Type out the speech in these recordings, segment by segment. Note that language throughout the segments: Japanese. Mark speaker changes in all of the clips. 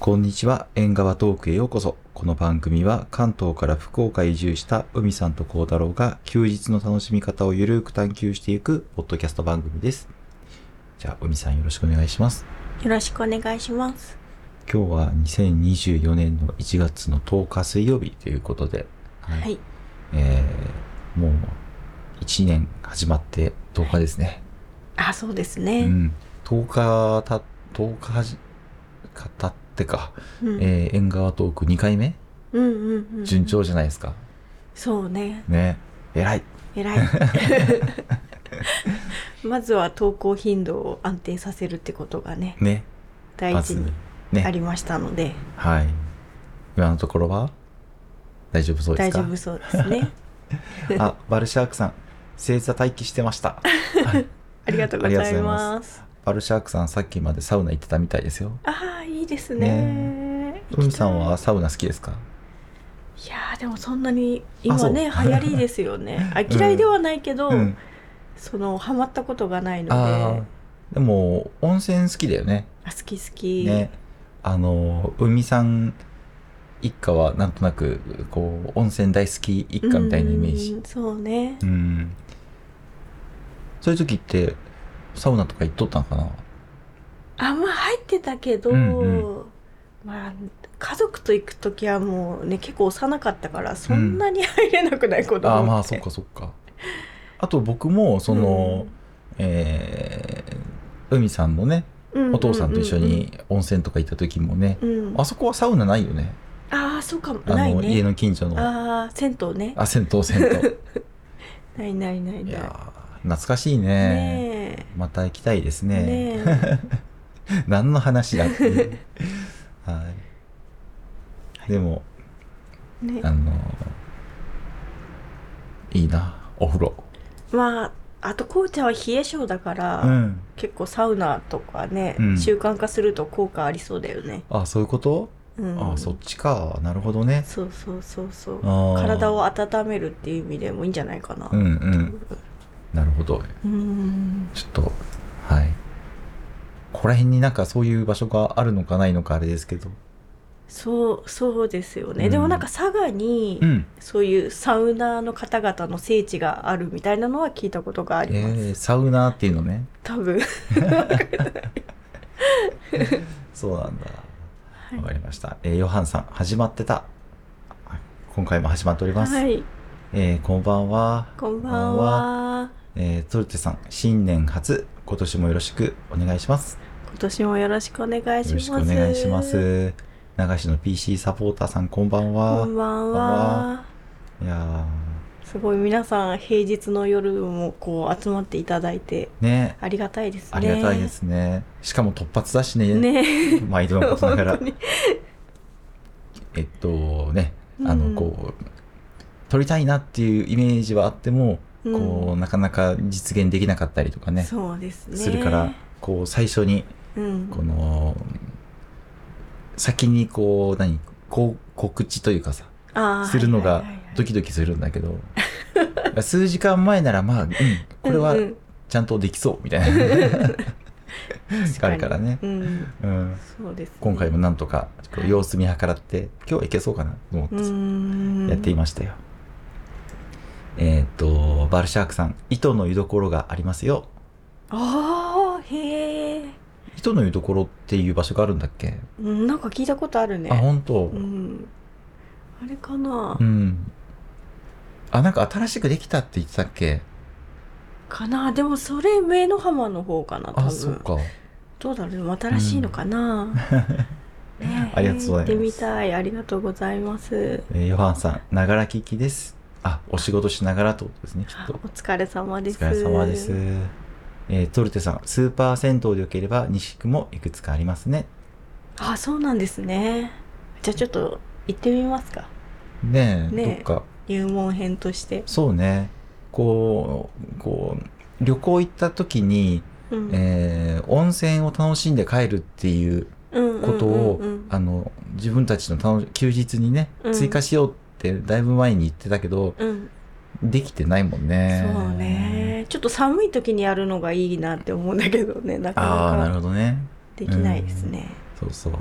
Speaker 1: こんにちは、縁側トークへようこそ。この番組は関東から福岡へ移住した海さんと幸太郎が休日の楽しみ方をゆるーく探求していくポッドキャスト番組です。じゃあ、海さんよろしくお願いします。
Speaker 2: よろしくお願いします。
Speaker 1: 今日は2024年の1月の10日水曜日ということで、は
Speaker 2: はい。
Speaker 1: えー、もう1年始まって10日ですね。
Speaker 2: あ、そうです
Speaker 1: う
Speaker 2: ね。
Speaker 1: ん。10日た、10日はじ、かたってか、
Speaker 2: うん
Speaker 1: えー、縁側トーク2回目
Speaker 2: うんうんうん。
Speaker 1: 順調じゃないですか。
Speaker 2: そうね。
Speaker 1: ね。偉い。
Speaker 2: 偉い。 まずは投稿頻度を安定させるってことがね、
Speaker 1: ね。
Speaker 2: 大事に。あ
Speaker 1: ね。
Speaker 2: りましたので、
Speaker 1: はい。今のところは大丈夫そうで
Speaker 2: 大
Speaker 1: すか
Speaker 2: 丈夫そうです ね。
Speaker 1: あ、バルシャークさん、正座待機してました。
Speaker 2: ありがとうございます。
Speaker 1: バルシャークさん、さっきまでサウナ行ってたみたいですよ。
Speaker 2: ああ、いいですね。行きたい
Speaker 1: 海さんはサウナ好きですか
Speaker 2: いやーでもそんなに
Speaker 1: あそ
Speaker 2: 今
Speaker 1: う
Speaker 2: ね流行りですよ ねあ嫌いではないけど、
Speaker 1: うん。
Speaker 2: そのハマったことがないので
Speaker 1: あ
Speaker 2: あ
Speaker 1: あ。でも、温泉好きだよね。
Speaker 2: 好き好き、
Speaker 1: ね。あの、海さん一家は、なんとなく、こう、温泉大好き一家みたいなイメージ。
Speaker 2: うんそうね
Speaker 1: うん。そういう時って、サウナとか行っとったのかな
Speaker 2: あまあ入ってたけど、
Speaker 1: うん
Speaker 2: まあ家族と行く時はもうね結構幼かったからそんなに入れなくない子供って、
Speaker 1: ああまあそっかそっかあと僕もその、えー海さんのね
Speaker 2: うん、ううう
Speaker 1: お父さんと一緒に温泉とか行った時もね、
Speaker 2: うん、
Speaker 1: あそこはサウナないよね
Speaker 2: ああそうかも
Speaker 1: あの
Speaker 2: ないね
Speaker 1: 家の近所の
Speaker 2: ああ銭湯ね
Speaker 1: あ銭湯銭
Speaker 2: ないないない
Speaker 1: 湯い
Speaker 2: ない
Speaker 1: やー懐かしいね
Speaker 2: ね
Speaker 1: また行きたいです
Speaker 2: え
Speaker 1: ね
Speaker 2: ね
Speaker 1: 何の話だって いう、はい、でも
Speaker 2: えね
Speaker 1: あのいいなお風呂
Speaker 2: まああと紅茶は冷え性だから、
Speaker 1: うん
Speaker 2: 結構サウナとかね、
Speaker 1: うん
Speaker 2: 習慣化すると効果ありそうだよね、
Speaker 1: あそういうこと、
Speaker 2: うん、
Speaker 1: あそっちかなるほどね
Speaker 2: そうそうそうそう体
Speaker 1: 体
Speaker 2: を温めるっていう意味でもいいんじゃないかな
Speaker 1: うんうんなるほど
Speaker 2: うん
Speaker 1: ちょっとはいここら辺になんかそういう場所があるのかないのかあれですけど
Speaker 2: そうそうですよね、
Speaker 1: うん
Speaker 2: でもなんか佐賀に
Speaker 1: うん、
Speaker 2: そういうサウナーの方々の聖地があるみたいなのは聞いたことがあ
Speaker 1: え
Speaker 2: ります、
Speaker 1: ー、サウナーっていうのね
Speaker 2: 多分
Speaker 1: そうなんだ
Speaker 2: い
Speaker 1: わかりました、えーヨハンさん始まってたあ今回も始まっております、
Speaker 2: はい
Speaker 1: えーこんばんは
Speaker 2: こんばん
Speaker 1: こんば
Speaker 2: は
Speaker 1: えートルテさん新年初今年もよろしくお願いします
Speaker 2: 今年もよろしくお願い
Speaker 1: よ
Speaker 2: し
Speaker 1: ろ
Speaker 2: ま
Speaker 1: し
Speaker 2: す
Speaker 1: くお願いします長市の PC サポーターさんこんばんは
Speaker 2: こんばん
Speaker 1: こんばん
Speaker 2: はい
Speaker 1: や
Speaker 2: すごい皆さん平日の夜もこう集まっていただいて
Speaker 1: ーね
Speaker 2: ありがたいですね
Speaker 1: ありがたいですねしかも突発だしね
Speaker 2: ね
Speaker 1: 毎度のことながら
Speaker 2: 本当に
Speaker 1: えっとねあの
Speaker 2: うん
Speaker 1: こう撮りたいなっていうイメージはあっても
Speaker 2: うん
Speaker 1: こうなかなか実現できなかったりとかね
Speaker 2: そうですね
Speaker 1: するからこう最初に
Speaker 2: うん
Speaker 1: この先にこう何こう告知というかさ
Speaker 2: あー
Speaker 1: するの
Speaker 2: はい
Speaker 1: が
Speaker 2: はいはいはい
Speaker 1: ドキドキするんだけど数時間前ならまあ、うん、これは
Speaker 2: うんうん
Speaker 1: ちゃんとできそうみたいな
Speaker 2: 確
Speaker 1: あるからね
Speaker 2: うん
Speaker 1: うん
Speaker 2: そうですね
Speaker 1: 今回もなんとかちょっと様子見計らって今日はいけそうかなと思っ
Speaker 2: う
Speaker 1: て
Speaker 2: ん
Speaker 1: やっていましたよ、えーっとバルシャークさん糸の湯どころがありますよ
Speaker 2: ああへえ
Speaker 1: 糸の湯どころっていう場所があるんだっけ、
Speaker 2: うんなんか聞いたことあるね
Speaker 1: あ本当
Speaker 2: う
Speaker 1: うん、
Speaker 2: んあれかな
Speaker 1: あなんか新しくできたって言ってたっけ
Speaker 2: かなでもそれ上野浜の方かな多
Speaker 1: あそっ
Speaker 2: 分
Speaker 1: か
Speaker 2: どうだろうでも新しいのかな ねえ
Speaker 1: ありがとうございます
Speaker 2: 行ってみたいありがとうございます
Speaker 1: えーヨハンさんながら聞きですあお仕事しながらってことですねきっ
Speaker 2: あ
Speaker 1: と
Speaker 2: お疲れ様
Speaker 1: お
Speaker 2: です。
Speaker 1: 疲れ様です。えートルテさん、スーパー銭湯でよければ西区もいくつかありますね。
Speaker 2: あ、そうなんですね。じゃあちょっと行ってみますか。
Speaker 1: ねえ、
Speaker 2: ねえ
Speaker 1: どっか。
Speaker 2: 入門編として。
Speaker 1: そうね。こう、こう、旅行行った時に、
Speaker 2: うん
Speaker 1: えー温泉を楽しんで帰るっていうことを、
Speaker 2: うんうんうん
Speaker 1: あの、自分たちの楽し休日にね、
Speaker 2: うん
Speaker 1: 追加しようってだいぶ前に言ってたけど、
Speaker 2: うん、うん
Speaker 1: できてないもんね。
Speaker 2: そう。ね。ちょっと寒い時にやるのがいいなって思うんだけどね。なか
Speaker 1: ああ、な
Speaker 2: な
Speaker 1: る
Speaker 2: か
Speaker 1: ほどね。
Speaker 2: できないですね。
Speaker 1: そうそう。ま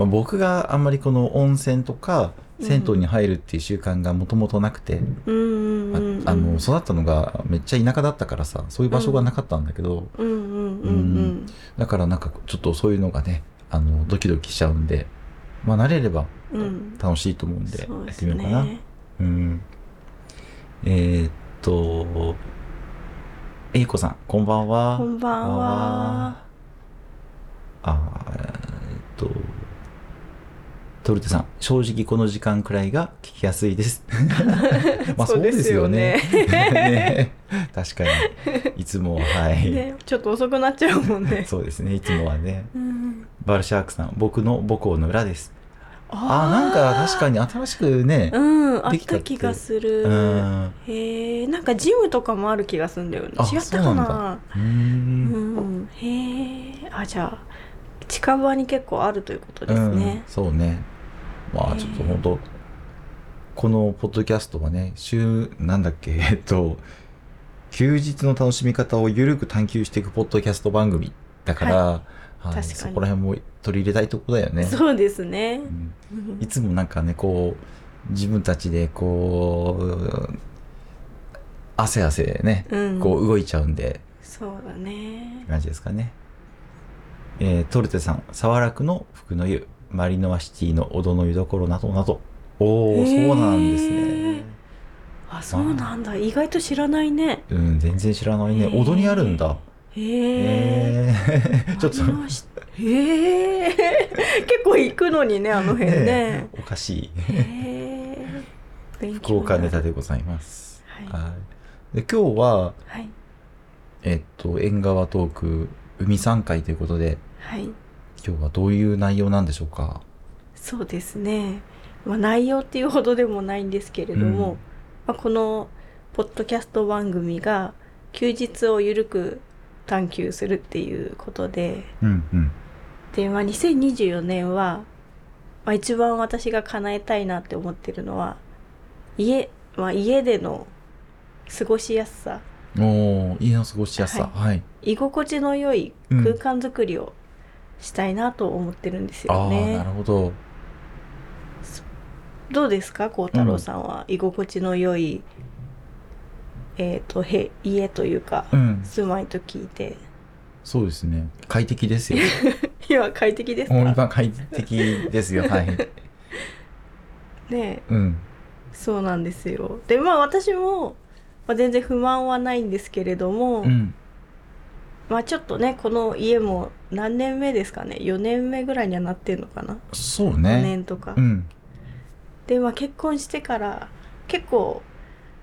Speaker 1: あ、僕があんまりこの温泉とか
Speaker 2: うん
Speaker 1: 銭湯に入るっていう習慣がもともとなくて、
Speaker 2: うんうんうん
Speaker 1: ああの育ったのがめっちゃ田舎だったからさそういう場所がなかったんだけど、
Speaker 2: うんうんうん
Speaker 1: だからなんかちょっとそういうのがねあのドキドキしちゃうんで、まあ、慣れれば
Speaker 2: うんうん
Speaker 1: 楽しいと思うんで
Speaker 2: そう
Speaker 1: や
Speaker 2: で
Speaker 1: って
Speaker 2: す
Speaker 1: みようかな。
Speaker 2: ね
Speaker 1: うん、えーっとえいこさんこんばんは。
Speaker 2: こんばんは
Speaker 1: あーえーっとトルテさん正直この時間くらいが聞きやすいです まあそうですよね ね確かにいつもははい、
Speaker 2: ねちょっと遅くなっちゃうもんね
Speaker 1: そうですねいつもはね
Speaker 2: うん
Speaker 1: バルシャークさん僕の母校の裏ですあ
Speaker 2: あ
Speaker 1: ーなんか確か
Speaker 2: に
Speaker 1: に新しくね
Speaker 2: うんあっ
Speaker 1: できたったて
Speaker 2: 気がす
Speaker 1: う
Speaker 2: る
Speaker 1: ん
Speaker 2: へえんかジムとかもある気がするんだよね
Speaker 1: あ
Speaker 2: 違った
Speaker 1: そ
Speaker 2: か
Speaker 1: うなん
Speaker 2: な
Speaker 1: う
Speaker 2: うんんへえあじゃあ近場に結構あるということです
Speaker 1: うん
Speaker 2: ね、
Speaker 1: そうねまあちょっと本当このポッドキャストはね週なんだっけ えっと休日の楽しみ方をゆるく探求していくポッドキャスト番組だから、はい
Speaker 2: 確かに
Speaker 1: そこら辺も取り入れたいとこだよね、
Speaker 2: そうですね
Speaker 1: うんいつもなんかねこう自分たちでこう汗汗でね
Speaker 2: うん
Speaker 1: こう動いちゃうんで、
Speaker 2: そうだね
Speaker 1: 感じですかね。えートルテさん、沢楽の福の湯、マリノアシティの小戸の湯どころなどなど。おー、
Speaker 2: へー
Speaker 1: そうなんですね。
Speaker 2: あそうなんだ意外と知らないね
Speaker 1: うん、全然知らないね。
Speaker 2: へー
Speaker 1: 小戸にあるんだ。
Speaker 2: へえ
Speaker 1: へー ちょっと、
Speaker 2: へえ 結構行くのにねあの辺ね
Speaker 1: ねおかしい。
Speaker 2: へえ勉
Speaker 1: 福
Speaker 2: 強にな
Speaker 1: 岡
Speaker 2: る
Speaker 1: ネタでございます。
Speaker 2: はい、
Speaker 1: はい。で、今日は、
Speaker 2: はい
Speaker 1: えっと、縁側トーク、海3回ということで、
Speaker 2: はい、
Speaker 1: 今日はどういう内容なんでしょうか
Speaker 2: そうですね、まあ、内容っていうほどでもないんですけれども、
Speaker 1: うん
Speaker 2: まあ、このポッドキャスト番組が休日をゆるく探求するっていうことで
Speaker 1: うんうん。
Speaker 2: で、まあ、2024年は、まあ、一番私が叶えたいなって思ってるのは家,、まあ、家での過ごしやすさ
Speaker 1: おー、家の過ごしやすさ。はい。
Speaker 2: 居心地の良い空間づくりをしたいなと思ってるんです
Speaker 1: あ
Speaker 2: よ
Speaker 1: あ
Speaker 2: ね。
Speaker 1: ー、なるほど。
Speaker 2: どうですか孝太郎さんは、居心地の良い、えー、とへ家というか、
Speaker 1: うん。
Speaker 2: 住まいと聞いて
Speaker 1: そうですね。快適です よ。
Speaker 2: 今快適です
Speaker 1: もう
Speaker 2: か
Speaker 1: 今快適ですよ。はい。
Speaker 2: ねえ
Speaker 1: うん。
Speaker 2: そうなんですよでまあ私も、まあ、全然不満はないんですけれども、
Speaker 1: うん。
Speaker 2: まあちょっとねこの家も何年目ですかね4年目ぐらいにはなってんのかな、
Speaker 1: そう
Speaker 2: 5
Speaker 1: ね。
Speaker 2: 年とか、
Speaker 1: うん。
Speaker 2: で、まあ、結婚してから結構、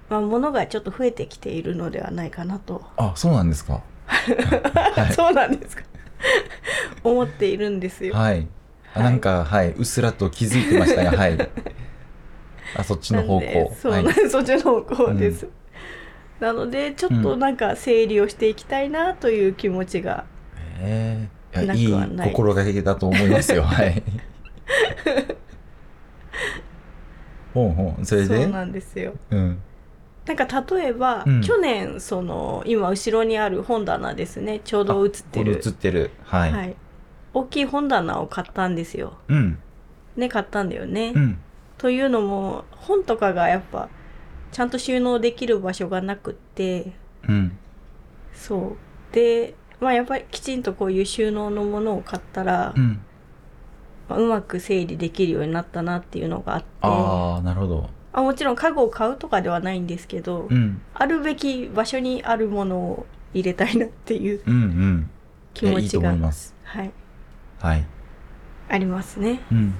Speaker 2: まあ、物がちょっと増えてきているのではないかなと
Speaker 1: あ、そうなんです か。は
Speaker 2: そうなんですか思っているんです
Speaker 1: い。
Speaker 2: よ。
Speaker 1: はい。あ
Speaker 2: は
Speaker 1: な
Speaker 2: い
Speaker 1: んか、はい。うっすらと気づいてました が、はい。あ、そっちの方
Speaker 2: なんで
Speaker 1: 向。
Speaker 2: そう
Speaker 1: は
Speaker 2: ない ん。そっちの方向です。なのでちょっとなんか整理をしていきたいなという気持ちが、
Speaker 1: ええ。いやい
Speaker 2: なくはない
Speaker 1: い心がけだと思い ますよ。はい。ほうほう。それ
Speaker 2: そう
Speaker 1: で。
Speaker 2: なんですよ。
Speaker 1: うん。
Speaker 2: なんか例えば、
Speaker 1: うん
Speaker 2: 去年その今後ろにある本棚ですねちょうど映って
Speaker 1: これ
Speaker 2: る
Speaker 1: 映ってる。は。
Speaker 2: はいい、大きい本棚を買ったんですよ。
Speaker 1: うん。
Speaker 2: ね買ったんだよね。
Speaker 1: うん。
Speaker 2: というのも本とかがやっぱちゃんと収納できる場所がなくって
Speaker 1: うん。
Speaker 2: そうでまあやっぱりきちんとこういう収納のものを買ったら、
Speaker 1: う
Speaker 2: ま
Speaker 1: ん。
Speaker 2: あうまく整理できるようになったなっていうのがあって
Speaker 1: ああ、なるほど。
Speaker 2: あもちろん家具を買うとかではないんですけど、
Speaker 1: うん。
Speaker 2: あるべき場所にあるものを入れたいなっていう
Speaker 1: うんうん。
Speaker 2: 気
Speaker 1: い
Speaker 2: 持ち
Speaker 1: やいいと思
Speaker 2: が
Speaker 1: います
Speaker 2: はい、
Speaker 1: はい。
Speaker 2: ありますね
Speaker 1: うん。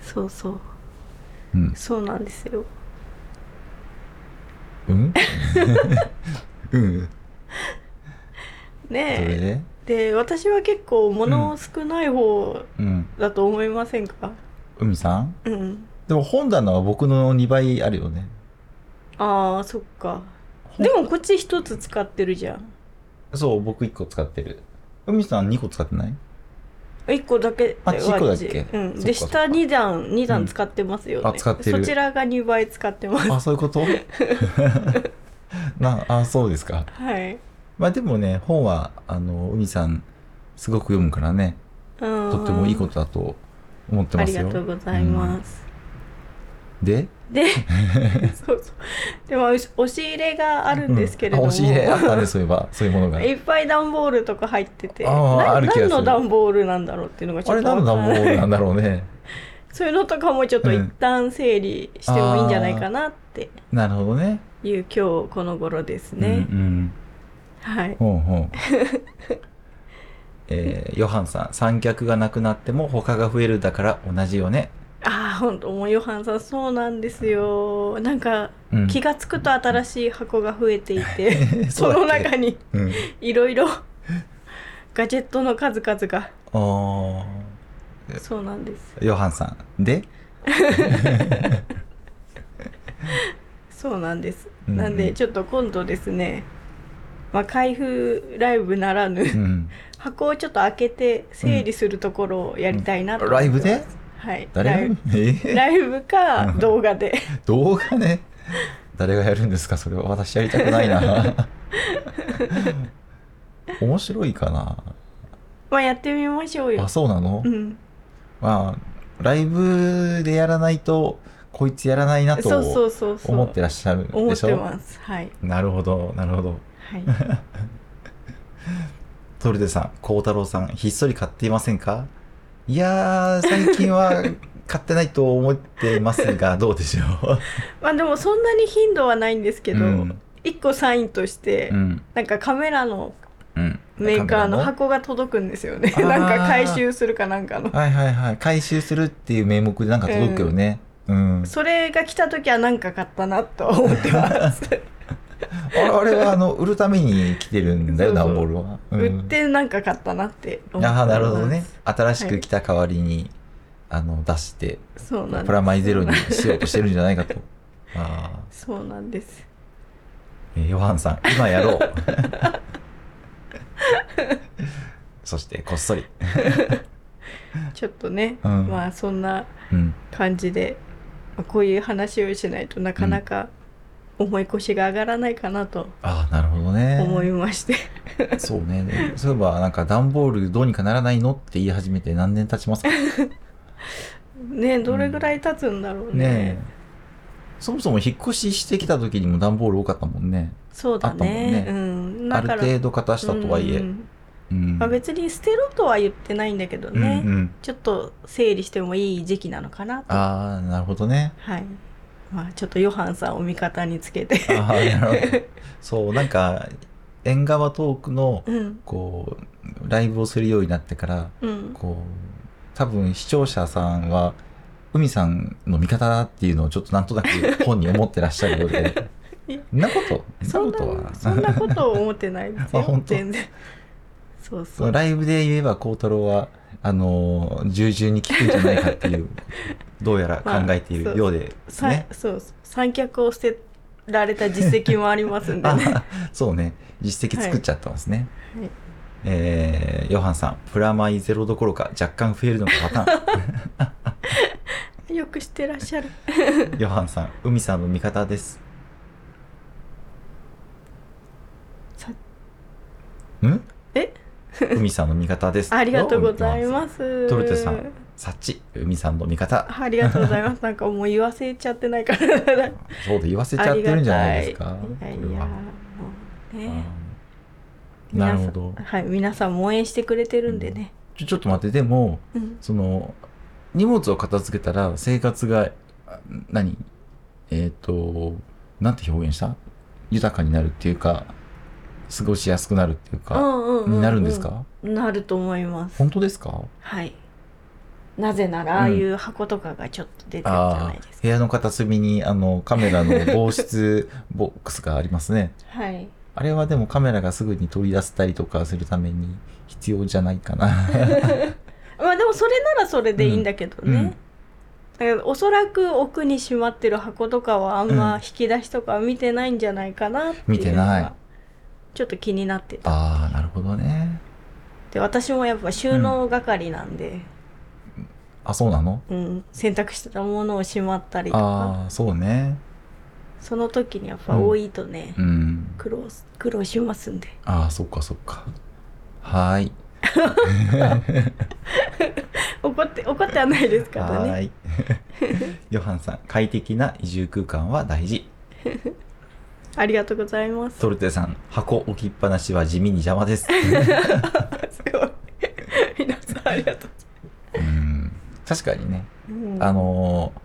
Speaker 2: そうそう
Speaker 1: うん。
Speaker 2: そうなんですよ
Speaker 1: うん。うん。それ
Speaker 2: ね
Speaker 1: で。
Speaker 2: えで私は結構物少ない方
Speaker 1: うん。
Speaker 2: だと思いませんか、
Speaker 1: 海さん。
Speaker 2: うん
Speaker 1: でも本棚は僕の2倍あるよね。
Speaker 2: あーそっか
Speaker 1: ほん
Speaker 2: でもこっち一つ使ってるじゃん
Speaker 1: そう、僕1個使ってる。海さん2個使って ない。
Speaker 2: 一個だけ
Speaker 1: あ一個だっけ
Speaker 2: ワッチうん、
Speaker 1: そっか
Speaker 2: で
Speaker 1: そっか
Speaker 2: 下二段二段使ってますよね、
Speaker 1: あ使ってる
Speaker 2: そちらが二倍使ってます
Speaker 1: あ、そういうこと な、あ、そうですか。
Speaker 2: はい
Speaker 1: まあでもね、本は、あの、海さん、すごく読むからね。
Speaker 2: と
Speaker 1: とってもいいことだと思って
Speaker 2: あ
Speaker 1: ま
Speaker 2: り
Speaker 1: すよ。
Speaker 2: がとうございます。
Speaker 1: うんで、
Speaker 2: で、 そうそう。でも、押し入れがあるんですけれども、
Speaker 1: うんあ押し入れあったね、そういえば、そういうものが。
Speaker 2: いっぱい段ボールとか入ってて、
Speaker 1: あー
Speaker 2: な
Speaker 1: ある気がする
Speaker 2: 何の段ボールなんだろうっていうのがち
Speaker 1: あ
Speaker 2: ょ
Speaker 1: れ
Speaker 2: っとわ
Speaker 1: 何の
Speaker 2: かんな
Speaker 1: 段ボ
Speaker 2: い
Speaker 1: ールなんだろうね。
Speaker 2: そういうのとかもちょっと一旦整理してもいいんじゃないかなって
Speaker 1: なるほどね。
Speaker 2: いう今日この頃ですね。
Speaker 1: うんうん。
Speaker 2: はい。
Speaker 1: ほう ほう。えーヨハンさん、三脚がなくなっても他が増えるだから同じよね。
Speaker 2: ああ、本当もうヨハンさんそうなんですよ。なんか
Speaker 1: うん、
Speaker 2: 気がつくと新しい箱が増えていて、そ
Speaker 1: そうだっ
Speaker 2: の
Speaker 1: け
Speaker 2: 中に
Speaker 1: うん。
Speaker 2: いろいろガジェットの数々が
Speaker 1: あ
Speaker 2: そうなんです。
Speaker 1: ーヨハンさん。で、
Speaker 2: そうなんで
Speaker 1: う
Speaker 2: す。
Speaker 1: ん
Speaker 2: なんでちょっと今度ですね、まあ開封ライブならぬ、
Speaker 1: うん。
Speaker 2: 箱をちょっと開けて整理するところをやりたいなと思っ
Speaker 1: ラ
Speaker 2: て
Speaker 1: イ
Speaker 2: ま
Speaker 1: ブ
Speaker 2: す、
Speaker 1: で
Speaker 2: はい。
Speaker 1: 誰が
Speaker 2: ライブ
Speaker 1: え
Speaker 2: ライブか
Speaker 1: うん
Speaker 2: 動画で。
Speaker 1: 動画ね。誰がやるんですかそれは私やりたくない な。面白いかな。
Speaker 2: まあやってみましょうよ
Speaker 1: あ、。そうなの、
Speaker 2: うん。
Speaker 1: まあ、ライブでやらないと、こいつやらないな
Speaker 2: そうそ
Speaker 1: と
Speaker 2: うそうそう。
Speaker 1: 思ってらっしゃるでしょ
Speaker 2: 思ってます。はい。
Speaker 1: なるほど、なるほど。
Speaker 2: はい。
Speaker 1: トルデさん、コウタロウさん、ひっそり買っていませんかいやー、最近 は買ってないと思っていますが、どうでしょう。
Speaker 2: まあでもそんなに頻度はないんですけど、
Speaker 1: うん
Speaker 2: 一個サインとして、
Speaker 1: うん。
Speaker 2: なんかカメラの
Speaker 1: うん。
Speaker 2: メーカーの
Speaker 1: カメラ
Speaker 2: 箱が届くんですよね。
Speaker 1: あー
Speaker 2: なんか回収するかなんかの。
Speaker 1: はいはいはい。回収するっていう名目でなんか届くよね。うん。
Speaker 2: それが来た時はなんか買ったなと思ってます。
Speaker 1: あれはあの売るために来てるんだよ、
Speaker 2: そう
Speaker 1: ダ
Speaker 2: そう
Speaker 1: ンボールは。うん
Speaker 2: 売ってなんか買ったなって思ってます。
Speaker 1: ああ、なるほどね。新しく来た代わりに、あの出して、
Speaker 2: そうなんです。
Speaker 1: プラマイゼロにしようとしてるんじゃないかと。ああ、
Speaker 2: そうなんです。
Speaker 1: えーヨハン さん、今やろう。そして、こっそり。
Speaker 2: ちょっとね、
Speaker 1: うん
Speaker 2: まあそんな
Speaker 1: うん。
Speaker 2: 感じで、まあこういう話をしないとなかなか思い越しが上がらないかなと
Speaker 1: ああ、なるほどね。
Speaker 2: 思いまして、
Speaker 1: そうね。そういえば、なんか、段ボールどうにかならないのって言い始めて何年経ちますか
Speaker 2: ねどれぐらい経つんだろうね。
Speaker 1: ねえ。そもそも引っ越ししてきた時にも段ボール多かったもんね。
Speaker 2: そうだ
Speaker 1: あったもん
Speaker 2: ね
Speaker 1: ね。
Speaker 2: うん、
Speaker 1: あ
Speaker 2: だ
Speaker 1: る
Speaker 2: から
Speaker 1: 程度片したとはいえ。
Speaker 2: う
Speaker 1: うんん
Speaker 2: まあ、別に捨てろとは言ってないんだけど
Speaker 1: うんう
Speaker 2: ね、
Speaker 1: ん。
Speaker 2: ちょっと整理してもいい時期なのかなと。
Speaker 1: ああ、なるほどね。
Speaker 2: はい。まあちょっとヨハンさんを味方につけて、
Speaker 1: ああ、なるほど。そう、なんか、縁側トークの、
Speaker 2: うん
Speaker 1: こう、ライブをするようになってから、
Speaker 2: うん、
Speaker 1: こう、多分視聴者さんは、海さんの味方だっていうのをちょっとなんとなく本に思ってらっしゃるようで
Speaker 2: いや、
Speaker 1: そんなこと、
Speaker 2: そ
Speaker 1: そ
Speaker 2: ん
Speaker 1: んなこと
Speaker 2: な
Speaker 1: は。
Speaker 2: そんなことを思ってないで す
Speaker 1: あ
Speaker 2: よ
Speaker 1: 本当
Speaker 2: 全然。そう
Speaker 1: そ
Speaker 2: そう う。
Speaker 1: ライブで言えば、孝太郎は、あのー、従順に聞くんじゃないかっていう、どうやら考えているようでです
Speaker 2: さ
Speaker 1: ね。
Speaker 2: そうそう三脚を捨てられた実績もありますんで
Speaker 1: あ
Speaker 2: ね。
Speaker 1: そうね実績作っちゃってますね、
Speaker 2: はいはい
Speaker 1: えーヨハンさんプラマイゼロどころか若干増えるのがパター
Speaker 2: よく知ってらっしゃる。
Speaker 1: ンヨハンさん海さんの味方です
Speaker 2: さ
Speaker 1: ん
Speaker 2: え
Speaker 1: 海さんの味方です
Speaker 2: ありがとうございます。
Speaker 1: トルテさんサッチ海さんの味方
Speaker 2: ありがとうございます。なんかもう言わせちゃってないから。
Speaker 1: そうで言わせちゃってるんじゃないですか
Speaker 2: ありがたい
Speaker 1: これ
Speaker 2: いやいや
Speaker 1: は
Speaker 2: もうね。
Speaker 1: うんなるほど
Speaker 2: 皆さんはい、皆さんも応援してくれてるんでね。
Speaker 1: ちょちょっと待ってでも
Speaker 2: うん、
Speaker 1: その荷物を片付けたら生活があ何えっ、となんて表現した豊かになるっていうか過ごしやすくなるっていう
Speaker 2: う
Speaker 1: か、
Speaker 2: んうんうんう
Speaker 1: になるんですか
Speaker 2: なると思います。
Speaker 1: 本当ですか
Speaker 2: はい。なぜなら、ああいう箱とかがちょっと出てるじゃ
Speaker 1: あ
Speaker 2: な
Speaker 1: あ
Speaker 2: いです
Speaker 1: 部屋の片隅にあのカメラ の防湿ボックスがありますね
Speaker 2: か。はい。
Speaker 1: あれはでもカメラがすぐに取り出せたりとかするために必要じゃないかな
Speaker 2: まあでもそれならそれでいいんだけど
Speaker 1: うんう
Speaker 2: ね
Speaker 1: ん。
Speaker 2: だけどおそらく奥にしまってる箱とかはあんま引き出しとか見てないんじゃないかなって
Speaker 1: 見
Speaker 2: い
Speaker 1: て
Speaker 2: うの
Speaker 1: ない
Speaker 2: がちょっと気になってた
Speaker 1: ああなるほどね
Speaker 2: で私もやっぱ収納係なんで、
Speaker 1: あそうなの
Speaker 2: うん洗濯してたものをしまったりとか
Speaker 1: ああそうね
Speaker 2: その時にやっぱ多いとね、
Speaker 1: うん
Speaker 2: 苦労苦労しますんで
Speaker 1: ああ、そっかそっか。はーい。
Speaker 2: 怒って怒ってはないですから
Speaker 1: は
Speaker 2: ね
Speaker 1: ーい。 ヨハンさん、快適な移住空間は大事。
Speaker 2: ありがとうございます
Speaker 1: トルテさん、箱置きっぱなしは地味に邪魔です。
Speaker 2: すごい 皆さんありがとう
Speaker 1: うん確かにね、
Speaker 2: うん
Speaker 1: あのー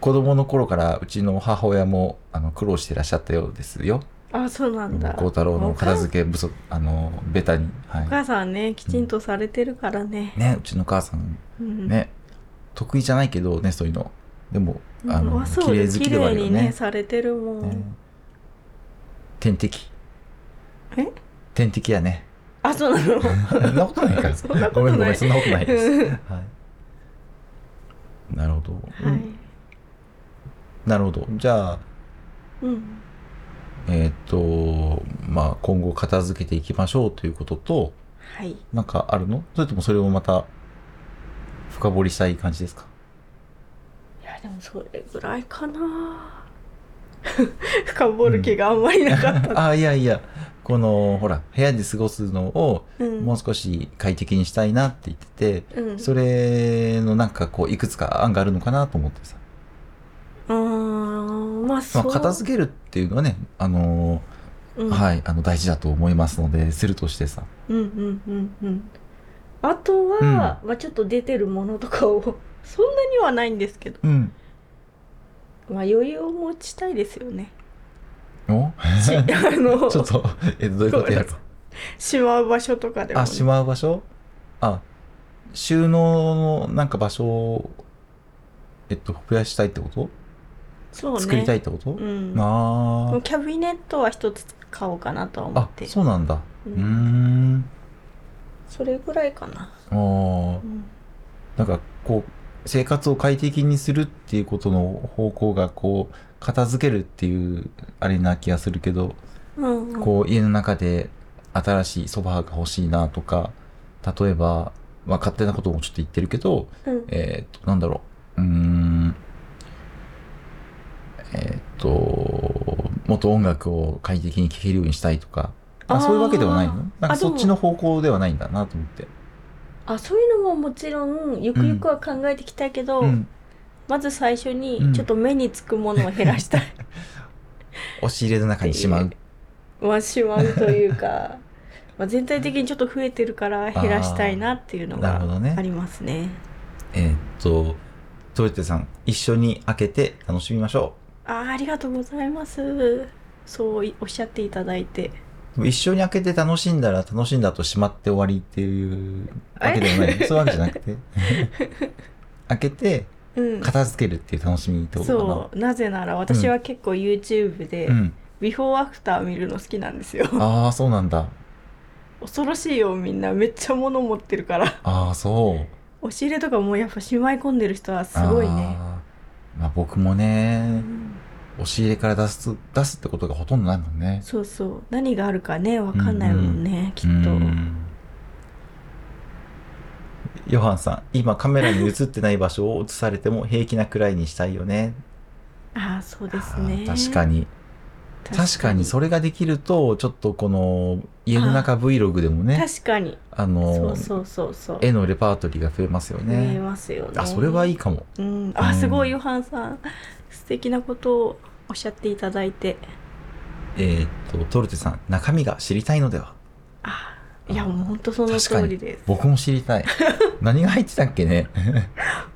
Speaker 1: 子供の頃からうちの母親もあの苦労してらっしゃったようですよ。
Speaker 2: あそうなんだ
Speaker 1: 孝太郎の片付け不足、あのーベタに、は
Speaker 2: お
Speaker 1: い
Speaker 2: 母さんお母さんねきちんとされてるからね、
Speaker 1: ね、うちの母さん
Speaker 2: うん
Speaker 1: ね、得意じゃないけどねそういうのでも
Speaker 2: うん
Speaker 1: あの、
Speaker 2: あそう
Speaker 1: 綺麗
Speaker 2: です
Speaker 1: 好き
Speaker 2: 綺
Speaker 1: ではあ
Speaker 2: 麗
Speaker 1: るよ
Speaker 2: にね
Speaker 1: ね。
Speaker 2: されてるもん、
Speaker 1: ね天敵
Speaker 2: え
Speaker 1: 天敵やね。
Speaker 2: あそうな の
Speaker 1: そんなことないから。
Speaker 2: そんなことな
Speaker 1: ごめ
Speaker 2: い
Speaker 1: んごめんそんなことないです。
Speaker 2: うん
Speaker 1: はい。なるほど。
Speaker 2: はい、
Speaker 1: なるほど。じゃあ。
Speaker 2: うん、
Speaker 1: えーっと、まあ、今後片付けていきましょうということと、
Speaker 2: はい
Speaker 1: なんかあるのそれともそれをまた深掘りしたい感じですか
Speaker 2: いやでもそれぐらいかな 深掘る気があんまりなかった、
Speaker 1: あ、いやいや、この、ほら、部屋で過ごすのを
Speaker 2: うん
Speaker 1: もう少し快適にしたいなって言ってて、
Speaker 2: うん、
Speaker 1: それのなんかこう、いくつか案があるのかなと思ってさ。
Speaker 2: うーんまあそ
Speaker 1: まあ、
Speaker 2: う、
Speaker 1: 片付けるっていうのはね、あの
Speaker 2: うん、
Speaker 1: はい、あの、大事だと思いますので、するとしてさ。
Speaker 2: うんうんうんうんあとは、
Speaker 1: うん
Speaker 2: まあちょっと出てるものとかをそんなにはないんですけど
Speaker 1: うん。
Speaker 2: まあ余裕を持ちたいです よね
Speaker 1: お
Speaker 2: しあ の
Speaker 1: ちょっと、え、どういうことやろう
Speaker 2: しまう場所とかでも、ね、
Speaker 1: あ、しまう場所あ、収納のなんか場所を、えっと、増やしたいってこと、
Speaker 2: そうね
Speaker 1: 作りたいってこと、
Speaker 2: うん
Speaker 1: あ
Speaker 2: も
Speaker 1: ー
Speaker 2: うキャビネットは一つ買おうかなとは思っ
Speaker 1: あ
Speaker 2: て、る
Speaker 1: そうなんだ。う
Speaker 2: うん
Speaker 1: ーん。
Speaker 2: それぐらいかな、
Speaker 1: あー
Speaker 2: うん
Speaker 1: なんかこう、生活を快適にするっていうことの方向がこう、片付けるっていうあれな気がするけど、
Speaker 2: うんうん、
Speaker 1: こう、家の中で新しいソファーが欲しいなとか、例えば、まあ勝手なこともちょっと言ってるけど、
Speaker 2: うん
Speaker 1: えーっと、なんだろう。うーん。えーっと、もっと音楽を快適に聴けるようにしたいとか、あ
Speaker 2: あー
Speaker 1: そういうわけではないのなんか
Speaker 2: あで
Speaker 1: そ
Speaker 2: も
Speaker 1: っちの方向ではないんだなと思って。
Speaker 2: あそういうのももちろんゆくゆくは考えてきたけど、
Speaker 1: うん。
Speaker 2: まず最初
Speaker 1: う
Speaker 2: に
Speaker 1: ん
Speaker 2: ちょっと目につくものを減らしたい、
Speaker 1: 押し入れの中にしまう。
Speaker 2: はしまうというかまあ全体的にちょっと増えてるから減らしたいなっていうの
Speaker 1: なる
Speaker 2: が
Speaker 1: ほどね
Speaker 2: ありますね。
Speaker 1: えーっと、トヨテさん、一緒に開けて楽しみましょ
Speaker 2: あーありがとうございます。そういおっしゃっていただいて。
Speaker 1: う。でも一緒に開けて楽しんだら楽しんだとしまって終わりっていうわけではない。そういうわけじゃなく て。開けて
Speaker 2: うん、
Speaker 1: 片付けるっていう楽しみってことかな。
Speaker 2: そうなぜなら私は結構 YouTube で、
Speaker 1: うん。
Speaker 2: ビフォーアフター見るの好きなんですよ
Speaker 1: ああ、そうなんだ。
Speaker 2: 恐ろしいよみんなめっちゃ物持って るから
Speaker 1: ああ、そう。
Speaker 2: 押し入れとかもやっぱしまい込んでる人はすごいね、
Speaker 1: あー。まあ僕も
Speaker 2: う
Speaker 1: ね、
Speaker 2: ん
Speaker 1: 押し入れから出す、出すってことがほとんどないもんね。
Speaker 2: そうそう何があるかねわかんないもんね、きっと、
Speaker 1: うんヨハンさん、今カメラに映ってない場所を映されても平気なくらいにしたいよね。
Speaker 2: ああそうですね
Speaker 1: あー確かに。確かにそれができると、ちょっとこの家の中 Vlog でもね、
Speaker 2: 確かに
Speaker 1: あの、
Speaker 2: そうそうそうそう
Speaker 1: 絵のレパートリーが増えますよ
Speaker 2: 見え
Speaker 1: ね。
Speaker 2: ますよね
Speaker 1: あ、それはい
Speaker 2: い、
Speaker 1: いかも。
Speaker 2: うん、
Speaker 1: う
Speaker 2: あ
Speaker 1: ん
Speaker 2: すごいヨハンさん素敵なことをおっしゃっていただいて
Speaker 1: えーっと、トルテさん、中身が知りたいのでは
Speaker 2: あーいやもうほんとその通りです
Speaker 1: 僕も知り たい。何が入ってたっけね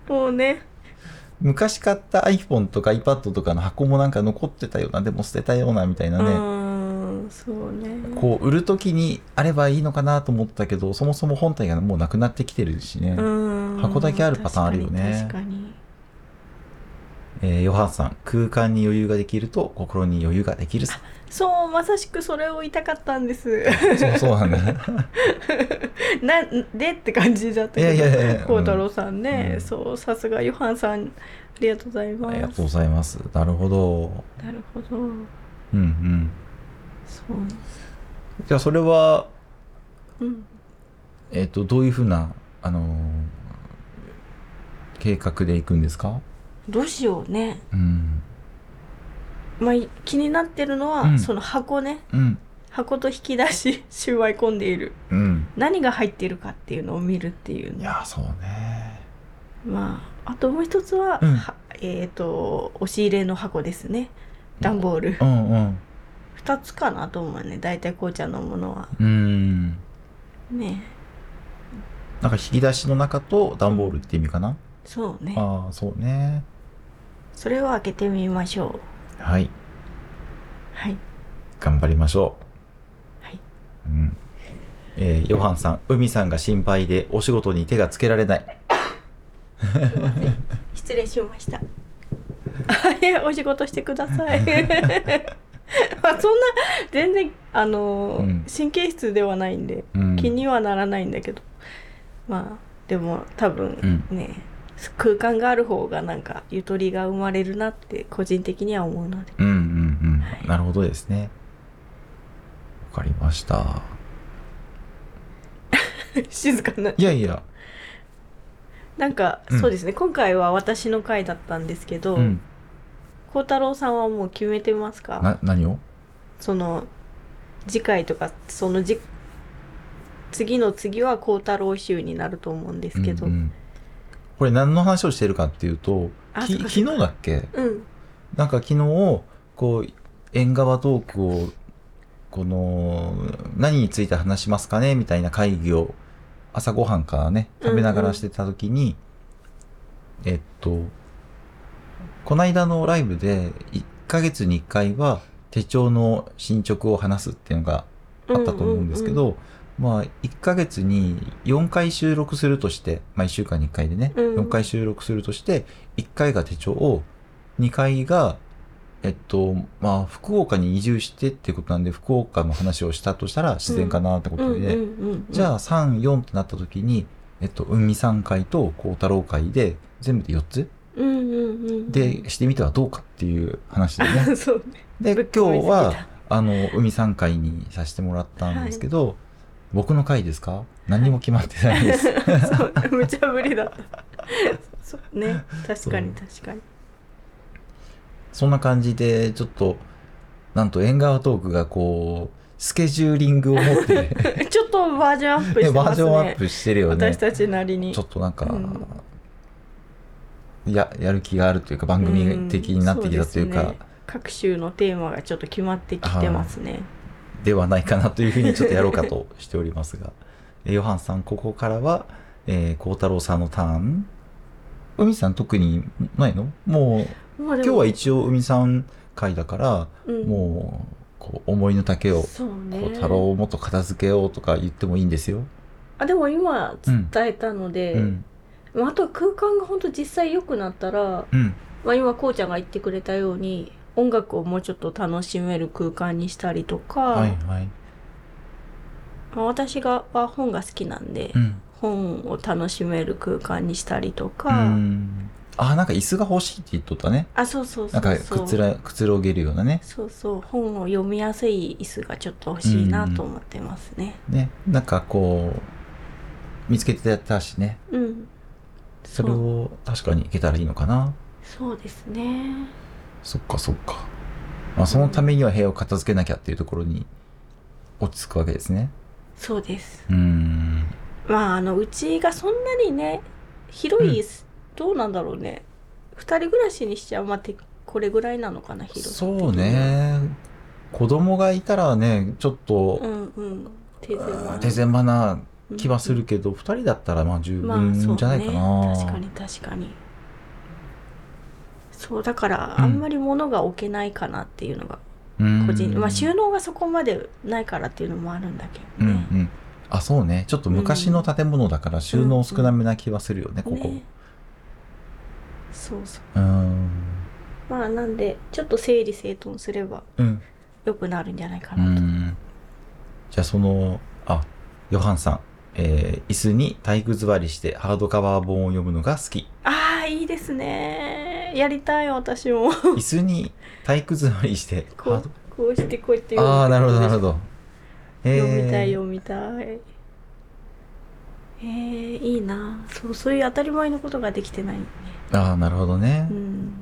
Speaker 2: もうね
Speaker 1: 昔買った iPhone とか iPad とかの箱もなんか残ってたような、でも捨てたようなみたいな
Speaker 2: う
Speaker 1: ね。
Speaker 2: ーんそうね
Speaker 1: こう、売るときにあればいいのかなと思ったけど、そもそも本体がもうなくなってきてるしね。
Speaker 2: うん
Speaker 1: 箱だけあるパターンあるよね
Speaker 2: 確かに
Speaker 1: えーヨハンさん、空間に余裕ができると心に余裕ができる さ。
Speaker 2: そうまさしくそれを言いたかったんです
Speaker 1: そう、そうなんだ。
Speaker 2: なんでって感じだったけど
Speaker 1: いやいやいやいや
Speaker 2: 孝太郎さんね、
Speaker 1: うん
Speaker 2: そうさすがヨハンさんありがとうございま
Speaker 1: あ
Speaker 2: す
Speaker 1: りがとうございます。なるほど。
Speaker 2: なるほど
Speaker 1: うんうん。
Speaker 2: そう
Speaker 1: じゃあ、それは、
Speaker 2: うん
Speaker 1: えーっと、どういうふうな、あのー計画でいくんですか
Speaker 2: どうしようね、
Speaker 1: うん。
Speaker 2: まあ、い気になってるのは、
Speaker 1: うん
Speaker 2: その箱ね
Speaker 1: うん。
Speaker 2: 箱と引き出し しまい込んでいる
Speaker 1: うん。
Speaker 2: 何が入っているかっていうのを見るっていう
Speaker 1: い
Speaker 2: ね
Speaker 1: や、そうね。
Speaker 2: まああともう一つは、
Speaker 1: うん
Speaker 2: はえっ、と押し入れの箱ですね段ボール、
Speaker 1: うんうん。
Speaker 2: 2つかなと思うね大体こうちゃんのものは
Speaker 1: うん。
Speaker 2: ね
Speaker 1: なんか引き出しの中と段ボールって意味かな。
Speaker 2: そうね
Speaker 1: ああ、そうね。
Speaker 2: それを開けてみましょ
Speaker 1: はい。
Speaker 2: う はい
Speaker 1: 頑張りましょう。
Speaker 2: はい。
Speaker 1: うん。えーヨハンさん、海さんが心配でお仕事に手がつけられない。
Speaker 2: 失礼しました あいえお仕事してくださ いまあそんな全然あの、
Speaker 1: うん
Speaker 2: 神経質ではないんで
Speaker 1: うん
Speaker 2: 気にはならないんだけど、まあでも多
Speaker 1: う
Speaker 2: 分
Speaker 1: ん。
Speaker 2: ね空間がある方がなんかゆとりが生まれるなって個人的には思うので
Speaker 1: うんうんうん、
Speaker 2: はい
Speaker 1: なるほどですね。わかりました。
Speaker 2: 静かない
Speaker 1: やいや、
Speaker 2: なんか、
Speaker 1: うん
Speaker 2: そうですね今回は私の回だったんですけど
Speaker 1: うん、
Speaker 2: 孝、太郎さんはもう決めてますか
Speaker 1: な、何を
Speaker 2: その次回とかそのじ次の次は孝太郎集になると思うんですけど、
Speaker 1: うんうんこれ何の話をしてるかっていうと、
Speaker 2: あ
Speaker 1: き
Speaker 2: そ
Speaker 1: 昨
Speaker 2: っか
Speaker 1: 日
Speaker 2: そっか
Speaker 1: だっけ
Speaker 2: うん
Speaker 1: なんか昨日、こう、縁側トークを、この、何について話しますかねみたいな会議を、朝ごはんからね、食べながらしてた時に、えっと、こないだのライブで、1ヶ月に1回は手帳の進捗を話すっていうのがあったと思うんですけど、まあ、1ヶ月に4回収録するとして、まあ1週間に1回でね、
Speaker 2: うん
Speaker 1: 4回収録するとして、1回が手帳を、2回が、えっと、まあ、福岡に移住してっていうことなんで、福岡の話をしたとしたら自然かなってこ
Speaker 2: うん
Speaker 1: と
Speaker 2: うん
Speaker 1: で、
Speaker 2: うんうん
Speaker 1: じゃあ3、4ってなった時に、えっと、海さん会と幸太郎会で、全部で4つ
Speaker 2: うんうんうん
Speaker 1: でしてみてはどうかっていう話でね。
Speaker 2: あ そうね
Speaker 1: で、
Speaker 2: ぶっ込
Speaker 1: 今
Speaker 2: みすぎた
Speaker 1: 日は、あの、海さん会にさせてもらったんですけど、僕の会ですか何も決まってないです。
Speaker 2: そう無茶ぶりだった そうね確かに確かに
Speaker 1: そんな感じで、ちょっと、なんと縁側トークがこう、スケジューリングを持って、
Speaker 2: ちょっとバージョンアップして
Speaker 1: バ
Speaker 2: ま
Speaker 1: ージ
Speaker 2: す
Speaker 1: ョ
Speaker 2: ね
Speaker 1: ンアップしてるよね
Speaker 2: 私。たちなりに
Speaker 1: ちょっとなんか、
Speaker 2: うん
Speaker 1: や、やる気があるというか、番組的になってきたというか、
Speaker 2: んそですね各週のテーマがちょっと決まってきてますね
Speaker 1: ではないかなというふうにちょっとやろうかとしておりますが、 えーヨハンさん、ここからは、えー、孝太郎さんのターン。海さん特にないのもう、
Speaker 2: 今
Speaker 1: 今日は一応海さん回だから、もう、こう、思いの丈を、
Speaker 2: そうね
Speaker 1: 孝太郎をもっと片付けようとか言ってもいいんですよ。
Speaker 2: あでも今伝えたので、
Speaker 1: うん。
Speaker 2: まあ、あとは空間が本当実際良くなったら、
Speaker 1: うん。
Speaker 2: まあ、今こうちゃんが言ってくれたように音楽をもうちょっと楽しめる空間にしたりとか、
Speaker 1: はいはい。
Speaker 2: まあ、私がは本が好きなんで、
Speaker 1: うん。
Speaker 2: 本を楽しめる空間にしたりと
Speaker 1: う
Speaker 2: か、
Speaker 1: ん。あ、なんか椅子が欲しいって言っとったね。
Speaker 2: あそうそうそ
Speaker 1: な
Speaker 2: うん
Speaker 1: か
Speaker 2: そう
Speaker 1: くつら、くつろげるようなね。
Speaker 2: そうそう本を読みやすい椅子がちょっと欲しいなと思ってますね
Speaker 1: ね。なんかこう、見つけてやったしね。
Speaker 2: うん、
Speaker 1: それを確かにいけたらいいのかな。
Speaker 2: そうですね
Speaker 1: そっかそっか。まあ、そのためには部屋を片付けなきゃっていうところに落ち着くわけですね。
Speaker 2: そうです
Speaker 1: うーん。
Speaker 2: まああのうちがそんなにね広い、どうなんだろうね二人暮らしにしちゃうまあてこれぐらいなのかな広さ的に
Speaker 1: そうね。子供がいたらね、ちょっ
Speaker 2: う
Speaker 1: と、
Speaker 2: んうん手狭な
Speaker 1: 手狭な気はするけど、二、人だったらまあ十
Speaker 2: うんまあそう
Speaker 1: 分
Speaker 2: ね
Speaker 1: じゃないかな。
Speaker 2: 確かに確かにそうだから
Speaker 1: うん
Speaker 2: あんまり物が置けないかなっていうのが、
Speaker 1: うん
Speaker 2: 個人まあ収納がそこまでないからっていうのもあるんだけ
Speaker 1: う
Speaker 2: ど
Speaker 1: んう
Speaker 2: ね、
Speaker 1: ん。あ、そうね。ちょっと昔の建物だから収納少なめな気はするよね、ここ。
Speaker 2: ねそうそ
Speaker 1: う
Speaker 2: う
Speaker 1: ーん。
Speaker 2: まあなんでちょっと整理整頓すれば
Speaker 1: うん。
Speaker 2: 良くなるんじゃないか
Speaker 1: う
Speaker 2: なと、
Speaker 1: ん。じゃあその、あ、ヨハンさん、えー椅子に体育座りしてハードカバー本を読むのが好き。
Speaker 2: ああいいですねやりたい私 も
Speaker 1: 椅子に体育座りしてハ
Speaker 2: こ
Speaker 1: ー
Speaker 2: うこうしてこうやって
Speaker 1: ド。ああー、なるほど、なるほど。えー
Speaker 2: 読みたい読みたいえー、いいなそうそういう当たり前のことができてないね
Speaker 1: ああ、なるほどね。
Speaker 2: うん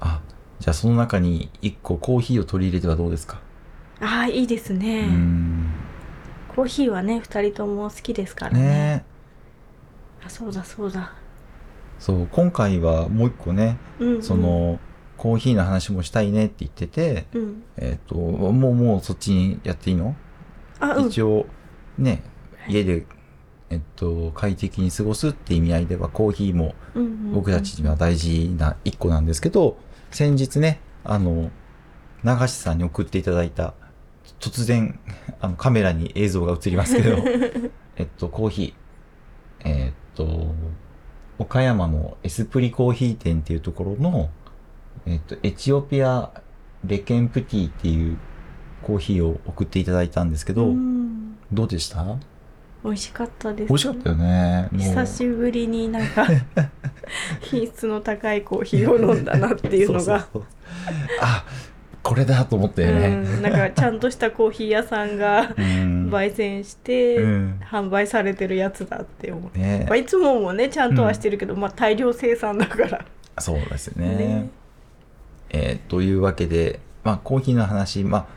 Speaker 1: あ、じゃあその中に一個コーヒーを取り入れてはどうですか
Speaker 2: ああいいです
Speaker 1: う
Speaker 2: ね、
Speaker 1: ん
Speaker 2: コーヒーはね2人とも好きですからね
Speaker 1: ね
Speaker 2: あそうだそうだ
Speaker 1: そう今回はもう一個ね
Speaker 2: うん、うん、
Speaker 1: そのコーヒーの話もしたいねって言ってて
Speaker 2: うん
Speaker 1: えっ、ともうもうそっちにやっていいの
Speaker 2: あうん
Speaker 1: 一応ね家で、えっと、快適に過ごすって意味合いではコーヒーも
Speaker 2: うんうん
Speaker 1: 僕たちには大事な一個なんですけど、先日ねあの流しさんに送っていただいた突然あのカメラに映像が映りますけ どえっとコーヒーえっと岡山のエスプリコーヒー店っていうところの、えっと、エチオピアレケンプティっていうコーヒーを送っていただいたんですけど、
Speaker 2: うん
Speaker 1: どうでした
Speaker 2: 美味しかったです
Speaker 1: 美味しかったよね。もう
Speaker 2: 久しぶりになんか 品質の高いコーヒーを飲んだなっていうのが
Speaker 1: そうそうそうあこれだと思ってね。
Speaker 2: うん、なんかちゃんとしたコーヒー屋さんが
Speaker 1: うん
Speaker 2: 焙煎して、
Speaker 1: うん
Speaker 2: 販売されてるやつだって思う、
Speaker 1: ね
Speaker 2: まあ、いつももねちゃんとはしてるけど、まあ大量生産だから
Speaker 1: そうですね。えーというわけで、まあ、コーヒーの話、ま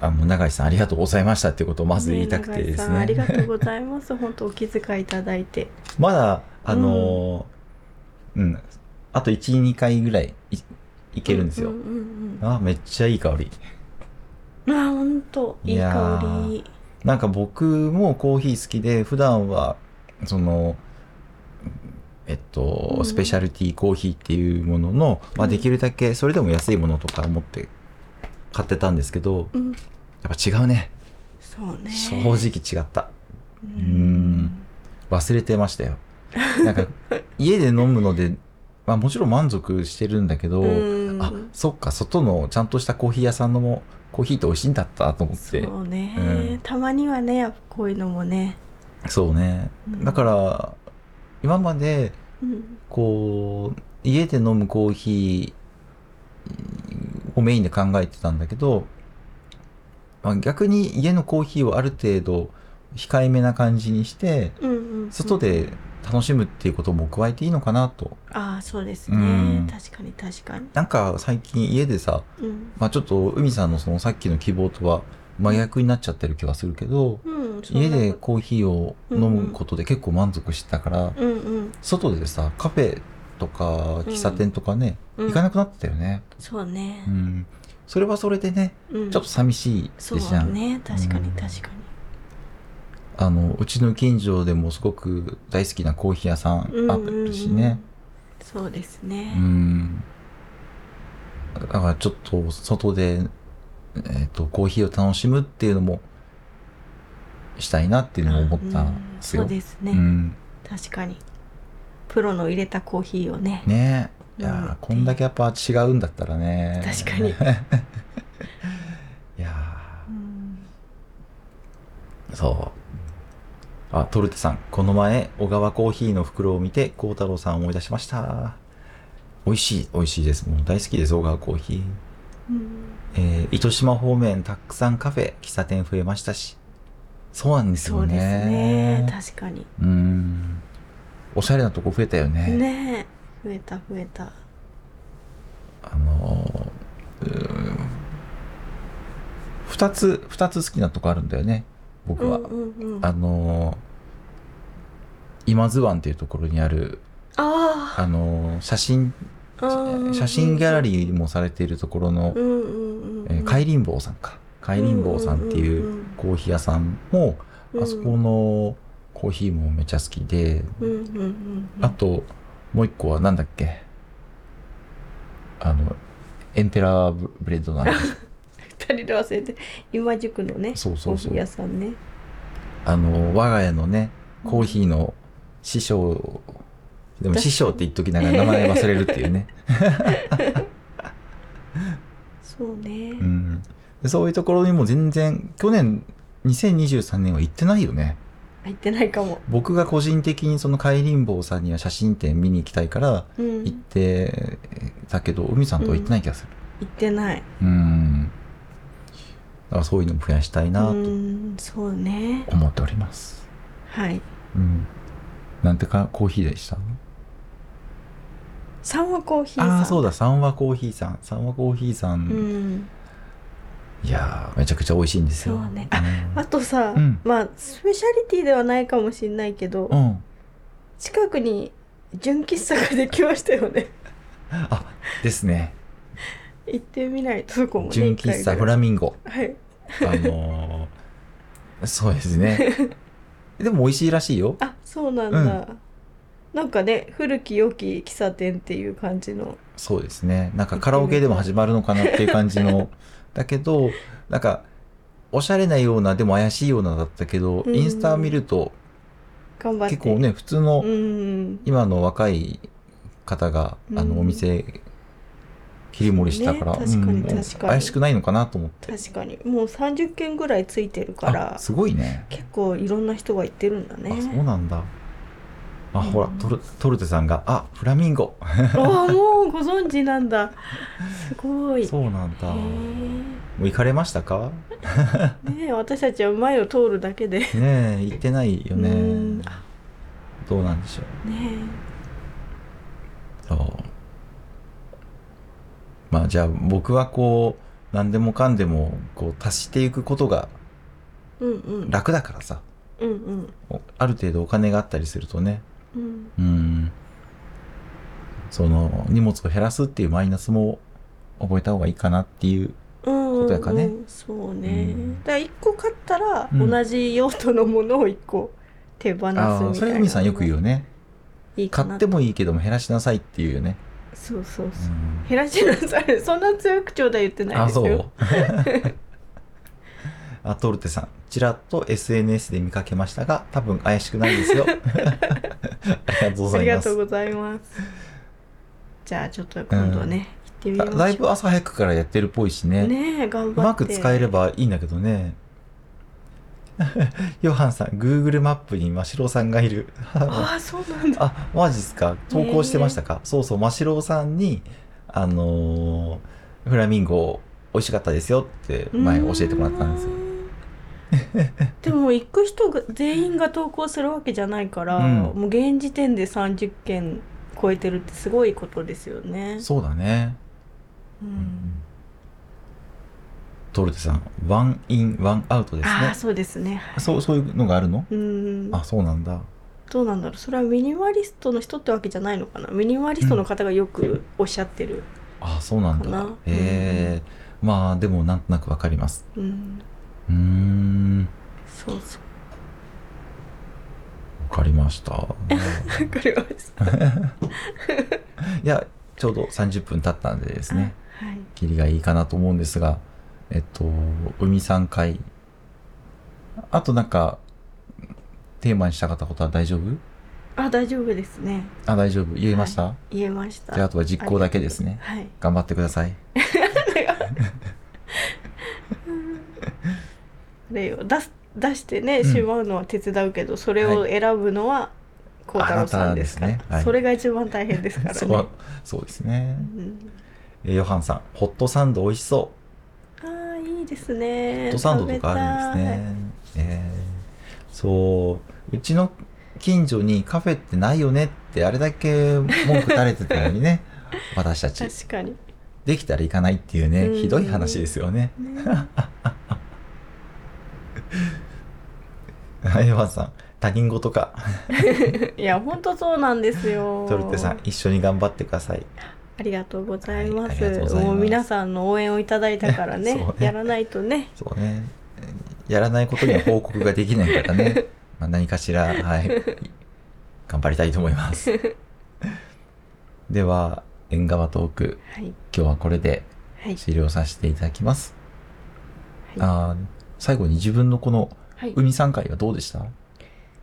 Speaker 1: あ、あの、永井さんありがとうございましたっていうことをまず言いたくてです
Speaker 2: 永井さんあ
Speaker 1: ね。
Speaker 2: りがとうございます本当お気遣いいただいて
Speaker 1: まだ、あのーうん、あと1、2回ぐらいいいけるんですよ。
Speaker 2: うんうんうん
Speaker 1: あ、めっちゃいい香り。
Speaker 2: うん、あ本当いい
Speaker 1: いや
Speaker 2: 香
Speaker 1: ー
Speaker 2: り
Speaker 1: なんか僕もコーヒー好きで、普段は、その、えっと、
Speaker 2: うん
Speaker 1: スペシャルティーコーヒーっていうものの、まあ、
Speaker 2: うん
Speaker 1: できるだけそれでも安いものとか持って買ってたんですけど、
Speaker 2: うん
Speaker 1: やっぱ違うね。
Speaker 2: そうね
Speaker 1: 正直違った。
Speaker 2: う
Speaker 1: うん忘れてましたよ。なんか、 家で飲むので、まあもちろん満足してるんだけど、
Speaker 2: うん
Speaker 1: あ、そっか、外のちゃんとしたコーヒー屋さんのも、コーヒーって美味しいんだったと思って。
Speaker 2: そうね、
Speaker 1: うん
Speaker 2: たまにはねやっぱこういうのもね、
Speaker 1: そうね。
Speaker 2: うん
Speaker 1: だから、今まで、
Speaker 2: うん、
Speaker 1: こう、家で飲むコーヒーをメインで考えてたんだけど、まあ、逆に家のコーヒーをある程度控えめな感じにして、
Speaker 2: うんうんうん
Speaker 1: 外で楽しむっていうことも加えていいのかなと。
Speaker 2: ああそうですね、
Speaker 1: うん
Speaker 2: 確かに確かに、
Speaker 1: なんか最近家でさ、
Speaker 2: うん
Speaker 1: まあちょっと海さんのそのさっきの希望とは真逆になっちゃってる気はするけど、
Speaker 2: うん、そんな
Speaker 1: 家
Speaker 2: こと
Speaker 1: でコーヒーを飲むことで結構満足してたから、
Speaker 2: うんうん
Speaker 1: 外でさ、カフェとか喫茶店とかね、
Speaker 2: うん
Speaker 1: 行かなくなってたよね。
Speaker 2: そうね
Speaker 1: う、ん。それはそれでね、
Speaker 2: うん、
Speaker 1: ちょっと寂しい
Speaker 2: そ
Speaker 1: で
Speaker 2: う
Speaker 1: すじゃん。
Speaker 2: ね確かに
Speaker 1: うん
Speaker 2: 確か
Speaker 1: あの、うちの近所でもすごく大好きなコーヒー屋さん
Speaker 2: に、うん
Speaker 1: あ
Speaker 2: うんうん
Speaker 1: るしね。
Speaker 2: そうです
Speaker 1: う
Speaker 2: ね、
Speaker 1: ん。だからちょっと外で、えっ、と、コーヒーを楽しむっていうのも、したいなっていうのを思ったん
Speaker 2: うん
Speaker 1: ですよ。
Speaker 2: そうですね、
Speaker 1: うん
Speaker 2: 確かにプロの入れたコーヒーをね
Speaker 1: ねえ。いや
Speaker 2: うん
Speaker 1: ーこんだけやっぱ違うんだったらね。
Speaker 2: 確 かに
Speaker 1: いや
Speaker 2: うん
Speaker 1: ーそう。あ、トルテさん、この前、小川コーヒーの袋を見て、孝太郎さんを思い出しました。美味しい、美味しいです。もう大好きです、小川コーヒー。
Speaker 2: うん
Speaker 1: えー糸島方面、たくさんカフェ、喫茶店増えましたし。そうなんです
Speaker 2: そ
Speaker 1: よ
Speaker 2: う
Speaker 1: ね
Speaker 2: です。ね確かに
Speaker 1: うん。おしゃれなとこ増えたよね。
Speaker 2: ねえ増えた増えた
Speaker 1: あのーうーん二つ、二つ好きなとこあるんだよね、僕は。
Speaker 2: うんうんうん
Speaker 1: あのー今津湾っていうところにある、
Speaker 2: あ
Speaker 1: あのー写真、
Speaker 2: あうん
Speaker 1: 写真ギャラリーもされているところの、
Speaker 2: うんうんうん
Speaker 1: えー、海林坊さんか。海林坊さんってい
Speaker 2: んうんうんう
Speaker 1: うんコーヒー屋さんも、
Speaker 2: うん
Speaker 1: あそこのコーヒーもめちゃ好きで、
Speaker 2: うんうんうんうん
Speaker 1: あと、もう一個はなんだっけあの、エンペラーブブレッド なんです
Speaker 2: 二人で忘れて今塾のね
Speaker 1: そうそうそ
Speaker 2: コーヒー屋
Speaker 1: う。
Speaker 2: さんね
Speaker 1: あの、我が家のね、コーヒーの師匠、でも師匠って言っときながら名前忘れるっていうね。
Speaker 2: そうね、
Speaker 1: うん、でそういうところにも全然、去年、2023年は行ってないよね。
Speaker 2: 入ってないかも、
Speaker 1: 僕が個人的にその海林坊さんには写真展見に行きたいから
Speaker 2: うん、
Speaker 1: 行っ
Speaker 2: 行
Speaker 1: てたけど、海さんとは行ってない気がする。
Speaker 2: ってない
Speaker 1: うん。だからそういうのも増やしたいうなと
Speaker 2: んそうね
Speaker 1: 思っております。
Speaker 2: はい
Speaker 1: うん。なんてか、コーヒーでした
Speaker 2: サンワコーヒーさん
Speaker 1: ああーそうだ三和コーヒーさん三和コーヒーさん、
Speaker 2: うん
Speaker 1: いやーめちゃくちゃ美味しいんですよ
Speaker 2: そうね
Speaker 1: うん
Speaker 2: あとさ、
Speaker 1: うん
Speaker 2: まあスペシャリティではないかもしれないけど、
Speaker 1: うん
Speaker 2: 近くに純喫茶ができましたよね
Speaker 1: あですね
Speaker 2: 行ってみないとそこもね
Speaker 1: 純喫茶
Speaker 2: 一回
Speaker 1: フ
Speaker 2: ぐ
Speaker 1: ラ
Speaker 2: らい
Speaker 1: ミンゴ
Speaker 2: はい
Speaker 1: あのーそうですねでも美味しいらしいよ
Speaker 2: あそうなんだ、なんかね古き良き喫茶店っていう感じの
Speaker 1: そうですねなんかカラオケでも始まるのかなっていう感じ のだけどなんかおしゃれなようなでも怪しいようなだったけど、
Speaker 2: うん
Speaker 1: インスタ見ると
Speaker 2: 頑張って
Speaker 1: 結構ね普通の
Speaker 2: うん
Speaker 1: 今の若い方が、あ
Speaker 2: う
Speaker 1: の
Speaker 2: ん
Speaker 1: お店切り盛りしたから、
Speaker 2: ね確か
Speaker 1: う
Speaker 2: に
Speaker 1: ん
Speaker 2: 確かに
Speaker 1: 怪しくないのかなと思って
Speaker 2: 確かにもう30軒ぐらいついてるから
Speaker 1: あすごいね
Speaker 2: 結構いろんな人が行ってるんだね
Speaker 1: あそうなんだあ、
Speaker 2: うん
Speaker 1: ほらトルトルテさんが「あフラミンゴ
Speaker 2: あもうご存知なんだすご」い
Speaker 1: そうなんだ
Speaker 2: へ
Speaker 1: も
Speaker 2: ー
Speaker 1: う行かれましたか
Speaker 2: ねえ私たちは前を通るだけでね
Speaker 1: ねえ行ってないよね
Speaker 2: うんあ
Speaker 1: どうなんでしょうそうまあじゃあ僕はこう何でもかんでもこう足していくことが
Speaker 2: えうんうん
Speaker 1: 楽だからさ
Speaker 2: うんうん
Speaker 1: おある程度お金があったりするとね
Speaker 2: うん
Speaker 1: うんその荷物を減らすっていうマイナスも覚えた方がいいかなっていう
Speaker 2: うん
Speaker 1: ことやからね
Speaker 2: うんそうね、
Speaker 1: うん
Speaker 2: だから1個買ったら
Speaker 1: うん
Speaker 2: 同じ用途のものを1個手放すみたいな
Speaker 1: ああそれ海さんよく言うよね
Speaker 2: いいかな
Speaker 1: 買ってもいいけども減らしなさいっていうよね、
Speaker 2: そうそうそううん減らしなさいそんな強くちょうだい言ってない
Speaker 1: あ
Speaker 2: です
Speaker 1: そ
Speaker 2: よ
Speaker 1: う あトルテさんちらっと SNS で見かけましたが多分怪しくないです よありがとうご
Speaker 2: あ
Speaker 1: ざ
Speaker 2: り
Speaker 1: い
Speaker 2: が
Speaker 1: ま
Speaker 2: とう
Speaker 1: す
Speaker 2: ございますじゃあちょっと今度ね、行ってみましょう
Speaker 1: あだいぶ朝早くからやってるっぽいしね
Speaker 2: ねえ頑張って
Speaker 1: うまく使えればいいんだけどね ヨハンさん Google マップに真白さんがいる
Speaker 2: ああそうなんだ
Speaker 1: あ、マジっすか投稿してましたか、そうそう、真白さんに、あのーフラミンゴ美味しかったですよって前教えてもらったんですよ
Speaker 2: う。ーん でも行く人が全員が投稿するわけじゃないから、
Speaker 1: うん
Speaker 2: もう現時点で30件超えてるってすごいことですよね。
Speaker 1: そうだね。
Speaker 2: うん
Speaker 1: トルテさん、ワンイン、ワンアウトです
Speaker 2: ああ
Speaker 1: ね。
Speaker 2: そうですね。
Speaker 1: そう、そういうのがあるの
Speaker 2: うん
Speaker 1: あ、そうなんだ。
Speaker 2: どうなんだろうそれはミニマリストの人ってわけじゃないのかなミニマリストの方がよくおっしゃってる。
Speaker 1: あ、そうなん
Speaker 2: か
Speaker 1: だ
Speaker 2: な。
Speaker 1: へえ。まあ、でもなんとなくわかります。
Speaker 2: うん、
Speaker 1: うーん、
Speaker 2: そうそう
Speaker 1: わかりました。
Speaker 2: わかりました。
Speaker 1: いや、ちょうど30分経ったんでですね。
Speaker 2: あはい
Speaker 1: 切りがいいかなと思うんですが、えっと、海さん会。あとなんか、テーマにしたかったことは大丈夫
Speaker 2: あ大丈夫ですね
Speaker 1: あ、大丈夫。言えました、
Speaker 2: 言えました。
Speaker 1: じゃあ、あとは実行だけですね。
Speaker 2: はい。
Speaker 1: 頑張ってください。
Speaker 2: あれよ出す出してねしまうのは手伝うけど、それを選ぶのは孝太郎さんですから
Speaker 1: あなたですねはい
Speaker 2: それが一番大変ですからね。
Speaker 1: そう、そうですね
Speaker 2: う。ん
Speaker 1: えーヨハンさん、ホットサンド美味しそう。
Speaker 2: あーいいですね。
Speaker 1: ホットサンドとかあるんですね。えーそう、うちの近所にカフェってないよねって、あれだけ文句垂れてたのに ね、私た
Speaker 2: 食べ
Speaker 1: ち
Speaker 2: たい。確かに。
Speaker 1: できたら行かないっていうね、
Speaker 2: うん
Speaker 1: ひどい話ですよね。
Speaker 2: ね
Speaker 1: エヴァンさん、他人事か。
Speaker 2: いや本当そうなんですよ。
Speaker 1: トルテさん、一緒に頑張ってください。
Speaker 2: ありがとうございます。
Speaker 1: はいありがとうございます
Speaker 2: もう皆さんの応援をいただいたからね
Speaker 1: そうね
Speaker 2: やらない とね。
Speaker 1: そうね。やらないことには報告ができないからね。 まあ何かしら、はい。頑張りたいと思います。では、縁側トーク、
Speaker 2: はい
Speaker 1: 今日はこれで
Speaker 2: はい
Speaker 1: 終了させていただきます。
Speaker 2: はい
Speaker 1: あー最後に自分のこの
Speaker 2: はい。
Speaker 1: 海さん会はどうでした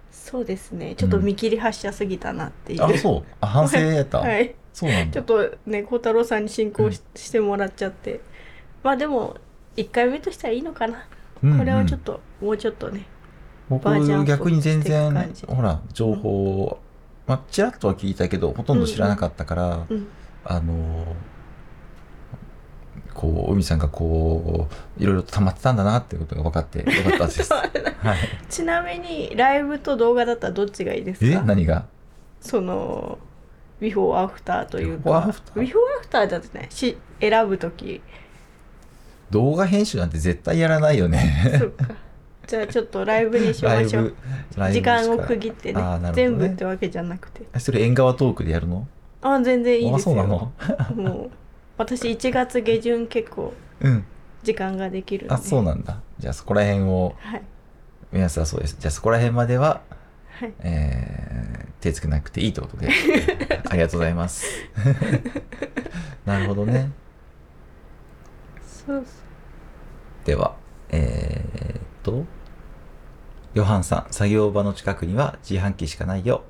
Speaker 2: そうですね。ちょっと見切り発車すぎたなっていう。
Speaker 1: あ、そう。あ、反省やった。
Speaker 2: はい。
Speaker 1: そうなん
Speaker 2: ちょっ
Speaker 1: だ。
Speaker 2: とね孝太郎さんに進行し,、してもらっちゃってまあでも1回目としてはいいのかな、
Speaker 1: こ
Speaker 2: これはちょっともうちょっとね
Speaker 1: 僕
Speaker 2: バージョンアップ
Speaker 1: 逆に全
Speaker 2: していく感
Speaker 1: 然
Speaker 2: じ
Speaker 1: ほら情報を、まあ、ちらっとは聞いたけどほとんど知らなかったから、
Speaker 2: うん。
Speaker 1: あのーこう海さんがこういろいろと溜まってたんだなっていうことが分かってよかったです
Speaker 2: そう
Speaker 1: はい、
Speaker 2: ちなみにライブと動画だったらどっちがいいです
Speaker 1: え
Speaker 2: か
Speaker 1: 何が
Speaker 2: そのビフォーアフターというか
Speaker 1: ビフォーアフター
Speaker 2: ビフォーアフターだとねし選ぶ時
Speaker 1: 動画編集なんて絶対やらないよね。
Speaker 2: そっか。じゃあちょっとライブにし
Speaker 1: ラ
Speaker 2: ま
Speaker 1: イ
Speaker 2: しょう
Speaker 1: ブ。、ライブ
Speaker 2: 時
Speaker 1: しか
Speaker 2: 間を区切ってね
Speaker 1: あーなるほどね
Speaker 2: 全部ってわけじゃなくて。
Speaker 1: えそれ縁側トークでやるの
Speaker 2: あ、全然いい
Speaker 1: あ、
Speaker 2: です
Speaker 1: そう
Speaker 2: よ。
Speaker 1: なの
Speaker 2: もう私1月下旬結構
Speaker 1: うん。
Speaker 2: 時間ができるんで。
Speaker 1: あ、そう
Speaker 2: な
Speaker 1: なんだ。じゃあそこら辺を、
Speaker 2: はい
Speaker 1: 目安はそうです。じゃあそこら辺までは、
Speaker 2: はい。
Speaker 1: えー手つけなくていいって ことでありがとうございます なるほどね
Speaker 2: そうそ
Speaker 1: ではえーっとヨハンさん作業場の近くには自販機しかないよ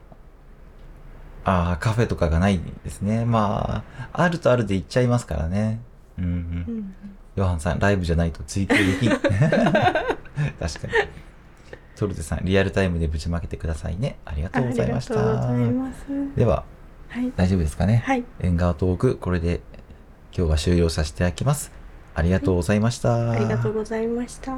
Speaker 1: ああカフェとかがないんですねまああるとあるで行っちゃいますからねうんうん
Speaker 2: う。うん。
Speaker 1: ヨハンさん、ライブじゃないと追求 できん。確かに。トルテさん、リアルタイムでぶちまけてくださいね。ありがとうございました。
Speaker 2: ありがとうございます。
Speaker 1: では、
Speaker 2: はい。
Speaker 1: 大丈夫ですかね。
Speaker 2: はい。
Speaker 1: 縁側トーク、これで今日は終了させていただきます。ありがとうございました。
Speaker 2: ありがとうございました。